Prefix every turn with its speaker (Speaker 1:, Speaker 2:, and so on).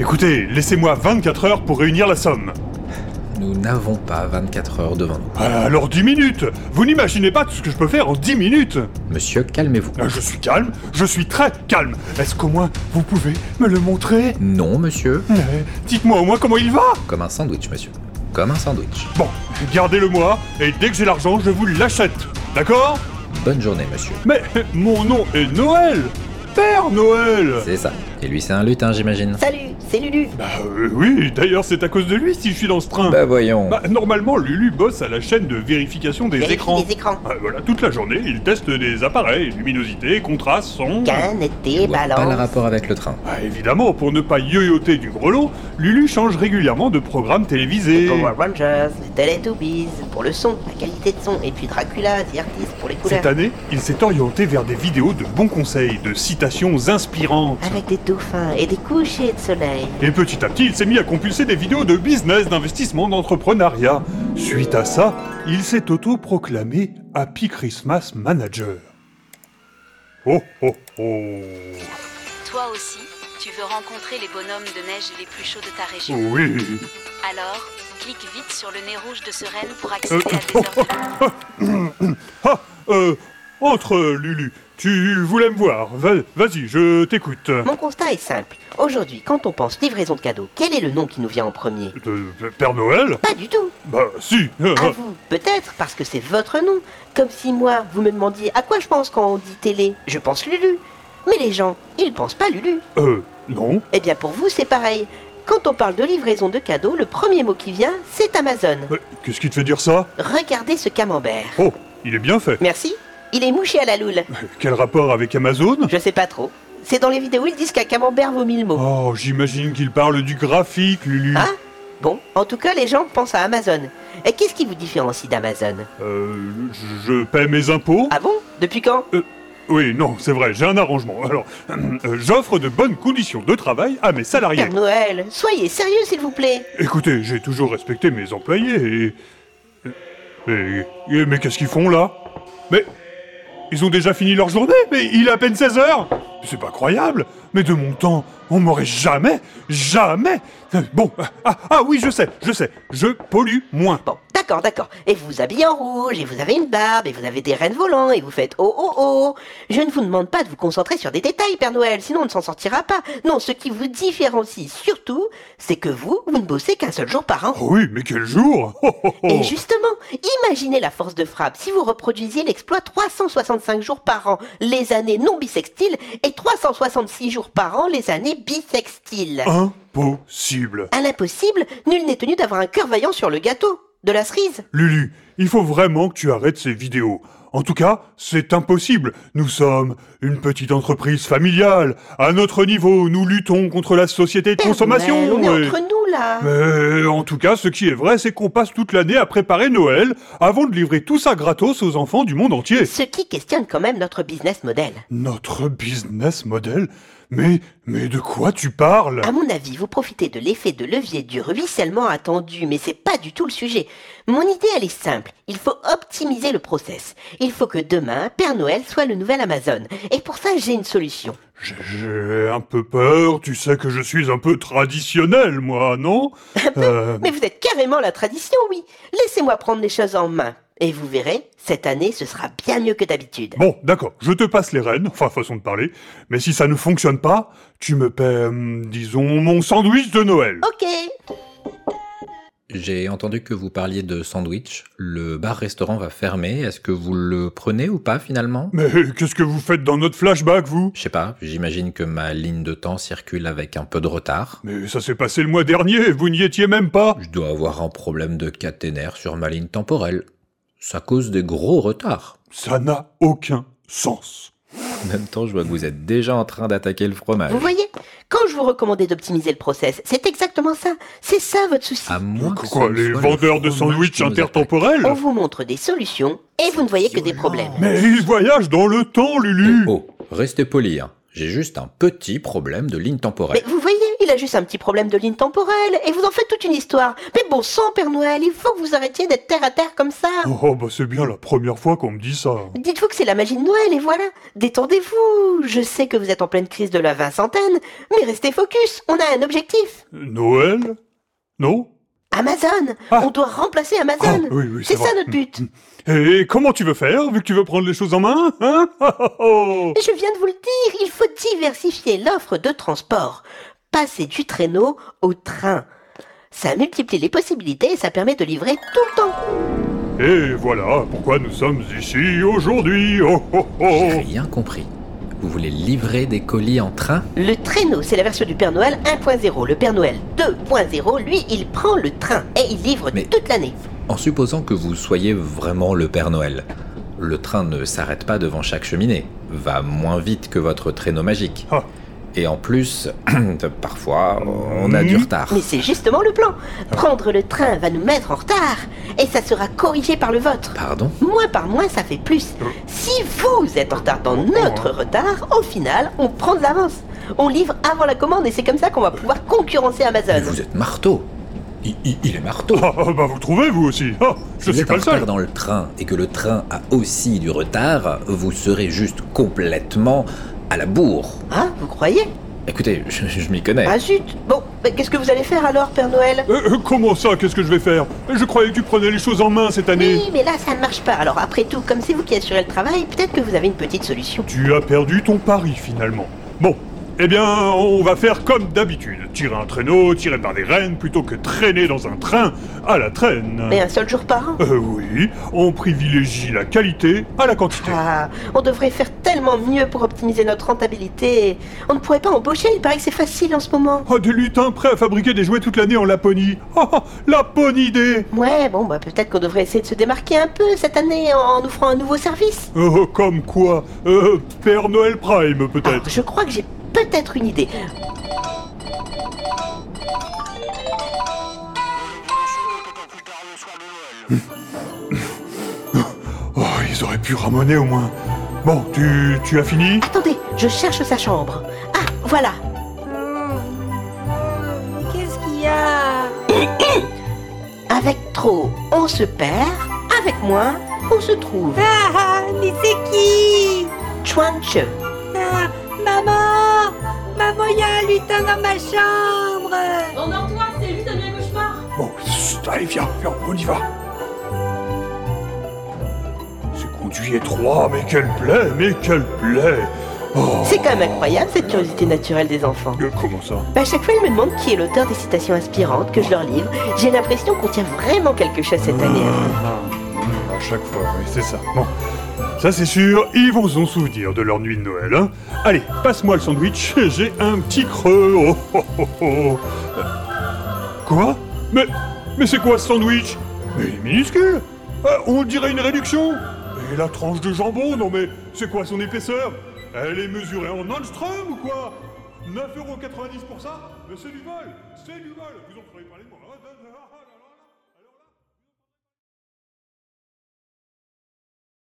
Speaker 1: Écoutez, laissez-moi 24 heures pour réunir la somme.
Speaker 2: Nous n'avons pas 24 heures devant nous.
Speaker 1: Euh, Alors 10 minutes Vous n'imaginez pas tout ce que je peux faire en 10 minutes
Speaker 2: Monsieur, calmez-vous.
Speaker 1: Euh, Je suis calme, je suis très calme. Est-ce qu'au moins vous pouvez me le montrer
Speaker 2: Non, monsieur.
Speaker 1: Euh, Dites-moi au moins comment il va
Speaker 2: Comme un sandwich, monsieur. Comme un sandwich.
Speaker 1: Bon, gardez-le moi, et dès que j'ai l'argent, je vous l'achète. D'accord
Speaker 2: Bonne journée, monsieur.
Speaker 1: Mais euh, mon nom est Noël Père Noël
Speaker 2: C'est ça. Et lui, c'est un lutin, j'imagine.
Speaker 3: Salut, c'est Lulu.
Speaker 1: Bah euh, oui, d'ailleurs c'est à cause de lui si je suis dans ce train.
Speaker 2: Bah voyons.
Speaker 1: Bah, normalement, Lulu bosse à la chaîne de vérification des
Speaker 3: Vérifie
Speaker 1: écrans.
Speaker 3: les écrans.
Speaker 1: Ah, voilà, toute la journée, il teste des appareils, luminosité, contraste, son.
Speaker 2: Je
Speaker 3: Canetté,
Speaker 2: vois pas le
Speaker 3: balance.
Speaker 2: rapport avec le train.
Speaker 1: Ah, évidemment, pour ne pas yoyoter du gros lot, Lulu change régulièrement de programme télévisé.
Speaker 3: Power Rangers, les Teletubbies, pour le son, la qualité de son, et puis Dracula, The Artist, pour les couleurs.
Speaker 1: Cette année, il s'est orienté vers des vidéos de bons conseils, de citations inspirantes.
Speaker 3: Avec des dauphins et des couchers de soleil.
Speaker 1: Et petit à petit, il s'est mis à compulser des vidéos de business, d'investissement, d'entrepreneuriat. Suite à ça, il s'est autoproclamé Happy Christmas Manager. Oh oh oh
Speaker 4: Toi aussi, tu veux rencontrer les bonhommes de neige les plus chauds de ta région.
Speaker 1: Oui
Speaker 4: Alors, clique vite sur le nez rouge de ce renne pour
Speaker 1: Euh,
Speaker 4: accéder à des
Speaker 1: oh,
Speaker 4: heures.
Speaker 1: oh, Ah, euh, entre euh, Lulu, tu voulais me voir. Va- Vas-y, je t'écoute.
Speaker 3: Mon constat est simple. Aujourd'hui, quand on pense livraison de cadeaux, quel est le nom qui nous vient en premier
Speaker 1: Euh, Père Noël
Speaker 3: Pas du tout.
Speaker 1: Bah si.
Speaker 3: À vous, peut-être, parce que c'est votre nom. Comme si moi, vous me demandiez à quoi je pense quand on dit télé. Je pense Lulu. Mais les gens, ils pensent pas Lulu.
Speaker 1: Euh, non.
Speaker 3: Eh bien, pour vous, c'est pareil. Quand on parle de livraison de cadeaux, le premier mot qui vient, c'est Amazon.
Speaker 1: Euh, Qu'est-ce qui te fait dire ça
Speaker 3: Regardez ce camembert.
Speaker 1: Oh, il est bien fait.
Speaker 3: Merci. Il est mouché à la loule.
Speaker 1: Quel rapport avec Amazon
Speaker 3: Je sais pas trop. C'est dans les vidéos, ils disent qu'un camembert vaut mille mots.
Speaker 1: Oh, j'imagine qu'il parle du graphique, Lulu.
Speaker 3: Ah Bon, en tout cas, les gens pensent à Amazon. Et qu'est-ce qui vous différencie d'Amazon
Speaker 1: Euh, je- je paie mes impôts Euh,
Speaker 3: Ah bon Depuis quand
Speaker 1: Oui, non, c'est vrai, j'ai un arrangement. Alors, euh, j'offre de bonnes conditions de travail à mes salariés.
Speaker 3: Père Noël, soyez sérieux, s'il vous plaît.
Speaker 1: Écoutez, j'ai toujours respecté mes employés et... et- et- mais qu'est-ce qu'ils font là Mais... Ils ont déjà fini leur journée, mais il est à peine 16 heures C'est pas croyable Mais de mon temps, on m'aurait jamais, jamais Euh, Bon, ah, ah oui, je sais, je sais, je pollue moins.
Speaker 3: Bon, d'accord, d'accord. Et vous vous habillez en rouge, et vous avez une barbe, et vous avez des rennes volants, et vous faites oh oh oh. Je ne vous demande pas de vous concentrer sur des détails, Père Noël, sinon on ne s'en sortira pas. Non, ce qui vous différencie surtout, c'est que vous, vous ne bossez qu'un seul jour par an.
Speaker 1: Ah oui, mais quel jour Oh, oh, oh.
Speaker 3: Et justement, imaginez la force de frappe si vous reproduisiez l'exploit 365 jours par an, les années non bissextiles, et 366 jours par an, les années bissextiles.
Speaker 1: Oh. Impossible
Speaker 3: À l'impossible, nul n'est tenu d'avoir un cœur vaillant sur le gâteau, de la cerise.
Speaker 1: Lulu, il faut vraiment que tu arrêtes ces vidéos. En tout cas, c'est impossible. Nous sommes une petite entreprise familiale. À notre niveau, nous luttons contre la société de
Speaker 3: Père
Speaker 1: consommation.
Speaker 3: Noël, on est
Speaker 1: et-
Speaker 3: entre nous là.
Speaker 1: Mais en tout cas, ce qui est vrai, c'est qu'on passe toute l'année à préparer Noël avant de livrer tout ça gratos aux enfants du monde entier.
Speaker 3: Ce qui questionne quand même notre business model.
Speaker 1: Notre business model Mais mais de quoi tu parles
Speaker 3: À mon avis, vous profitez de l'effet de levier du ruissellement attendu, mais c'est pas du tout le sujet. Mon idée, elle est simple. Il faut optimiser le process. Il faut que demain, Père Noël soit le nouvel Amazon. Et pour ça, j'ai une solution.
Speaker 1: J'ai- J'ai un peu peur, tu sais que je suis un peu traditionnel, moi, non Euh,
Speaker 3: Mais vous êtes carrément la tradition, oui. Laissez-moi prendre les choses en main. Et vous verrez, cette année, ce sera bien mieux que d'habitude.
Speaker 1: Bon, d'accord, je te passe les rênes, enfin façon de parler, mais si ça ne fonctionne pas, tu me paies, hum, disons, mon sandwich de Noël.
Speaker 3: Ok.
Speaker 2: J'ai entendu que vous parliez de sandwich. Le bar-restaurant va fermer. Est-ce que vous le prenez ou pas finalement
Speaker 1: Mais qu'est-ce que vous faites dans notre flashback, vous
Speaker 2: Je sais pas, j'imagine que ma ligne de temps circule avec un peu de retard.
Speaker 1: Mais ça s'est passé le mois dernier, vous n'y étiez même pas.
Speaker 2: Je dois avoir un problème de caténaire sur ma ligne temporelle. Ça cause des gros retards.
Speaker 1: Ça n'a aucun sens.
Speaker 2: En même temps, je vois que vous êtes déjà en train d'attaquer le fromage.
Speaker 3: Vous voyez, quand je vous recommandais d'optimiser le process, c'est exactement ça. C'est ça votre souci.
Speaker 2: À moins que
Speaker 1: Quoi,
Speaker 2: ce ne
Speaker 1: les
Speaker 2: soit le
Speaker 1: vendeurs de
Speaker 2: fromage
Speaker 1: sandwichs
Speaker 2: qui nous attaque.
Speaker 1: intertemporels
Speaker 3: On vous montre des solutions et vous ne voyez que des problèmes.
Speaker 1: Mais ils voyagent dans le temps, Lulu
Speaker 2: Oh, restez poli, hein. J'ai juste un petit problème de ligne temporelle.
Speaker 3: Mais vous voyez, Il a juste un petit problème de ligne temporelle, et vous en faites toute une histoire. Mais bon sang, Père Noël, il faut que vous arrêtiez d'être terre à terre comme ça.
Speaker 1: Oh, oh, bah c'est bien la première fois qu'on me dit ça.
Speaker 3: Dites-vous que c'est la magie de Noël et voilà. Détendez-vous. Je sais que vous êtes en pleine crise de la vingtaine, mais restez focus. On a un objectif.
Speaker 1: Euh, Noël Non
Speaker 3: Amazon.
Speaker 1: Ah.
Speaker 3: On doit remplacer Amazon.
Speaker 1: Ah, oui, oui, c'est
Speaker 3: c'est ça
Speaker 1: vrai.
Speaker 3: notre but.
Speaker 1: Et comment tu veux faire, vu que tu veux prendre les choses en main hein Oh, oh, oh.
Speaker 3: Je viens de vous le dire, il faut diversifier l'offre de transport. Passer du traîneau au train. Ça multiplie les possibilités et ça permet de livrer tout le temps.
Speaker 1: Et voilà pourquoi nous sommes ici aujourd'hui. Oh, oh, oh.
Speaker 2: J'ai rien compris. Vous voulez livrer des colis en train
Speaker 3: Le traîneau, c'est la version du Père Noël 1.0. Le Père Noël 2.0, lui, il prend le train et il livre
Speaker 2: Mais-
Speaker 3: toute l'année.
Speaker 2: En supposant que vous soyez vraiment le Père Noël, le train ne s'arrête pas devant chaque cheminée, va moins vite que votre traîneau magique.
Speaker 1: Ah.
Speaker 2: Et en plus, parfois, on a du
Speaker 1: Mhm.
Speaker 2: retard.
Speaker 3: Mais c'est justement le plan. Prendre le train va nous mettre en retard et ça sera corrigé par le vôtre.
Speaker 2: Pardon
Speaker 3: Moins par moins, ça fait plus. Si vous êtes en retard dans notre retard, au final, on prend de l'avance. On livre avant la commande et c'est comme ça qu'on va pouvoir concurrencer
Speaker 2: Mais
Speaker 3: Amazon.
Speaker 2: vous êtes marteau il, il- il est marteau
Speaker 1: Ah, ah, bah vous trouvez vous aussi. Ah, je
Speaker 2: Si vous
Speaker 1: suis
Speaker 2: êtes en
Speaker 1: pas le seul.
Speaker 2: retard dans le train et que le train a aussi du retard, vous serez juste complètement à la bourre.
Speaker 3: Hein Vous croyez
Speaker 2: Écoutez, je, je m'y connais.
Speaker 3: Ah zut Bon, mais qu'est-ce que vous allez faire alors, Père Noël
Speaker 1: Euh, euh, comment ça Qu'est-ce que je vais faire Je croyais que tu prenais les choses en main cette année.
Speaker 3: Oui, mais là, ça ne marche pas. Alors après tout, comme c'est vous qui assurez le travail, peut-être que vous avez une petite solution.
Speaker 1: Tu as perdu ton pari finalement. Bon, eh bien, on va faire comme d'habitude. Tirer un traîneau, tirer par des rênes, plutôt que traîner dans un train à la traîne.
Speaker 3: Mais un seul jour par an
Speaker 1: Euh, oui, on privilégie la qualité à la quantité.
Speaker 3: Ah, on devrait faire tellement mieux pour optimiser notre rentabilité. On ne pourrait pas embaucher, il paraît que c'est facile en ce moment.
Speaker 1: Ah, des lutins prêts à fabriquer des jouets toute l'année en Laponie. Ah, ah, la bonne idée
Speaker 3: Ouais, bon, bah peut-être qu'on devrait essayer de se démarquer un peu cette année en offrant un nouveau service.
Speaker 1: Euh, comme quoi Euh, Père Noël Prime,
Speaker 3: Alors,
Speaker 1: peut-être
Speaker 3: Ah, je crois que j'ai peut-être une idée.
Speaker 1: Oh, ils auraient pu ramener au moins. Bon, tu, tu as fini
Speaker 3: Attendez, je cherche sa chambre. Ah, voilà.
Speaker 5: Hum, Qu'est-ce qu'il y a
Speaker 3: Avec trop, on se perd. Avec moins, on se trouve.
Speaker 5: ah, ah, Mais c'est qui
Speaker 3: Chuan Che.
Speaker 5: ah, Maman Maman, il y a un lutin dans ma chambre
Speaker 6: Endors-toi, c'est juste un vieux cauchemar
Speaker 1: Bon, chut, allez, viens, viens, on y va. C'est conduit étroit, mais quelle plaie, mais quelle plaie Oh
Speaker 3: C'est quand même incroyable cette curiosité naturelle des enfants. Bah,
Speaker 1: Euh, Comment ça
Speaker 3: À chaque fois, ils me demandent qui est l'auteur des citations inspirantes que je leur livre. J'ai l'impression qu'on tient vraiment quelque chose cette année. hein.
Speaker 1: Mmh, À chaque fois, oui, c'est ça. Bon. Ça, c'est sûr, ils vont s'en souvenir de leur nuit de Noël, hein. Allez, passe-moi le sandwich, j'ai un petit creux. Oh, oh, oh, oh. Euh, Quoi Mais, mais c'est quoi ce sandwich Mais il est minuscule Ah, On dirait une réduction Et la tranche de jambon, non mais, c'est quoi son épaisseur Elle est mesurée en Armstrong ou quoi 9,90€ pour ça Mais c'est du vol C'est du vol Vous en trouvez parler pour...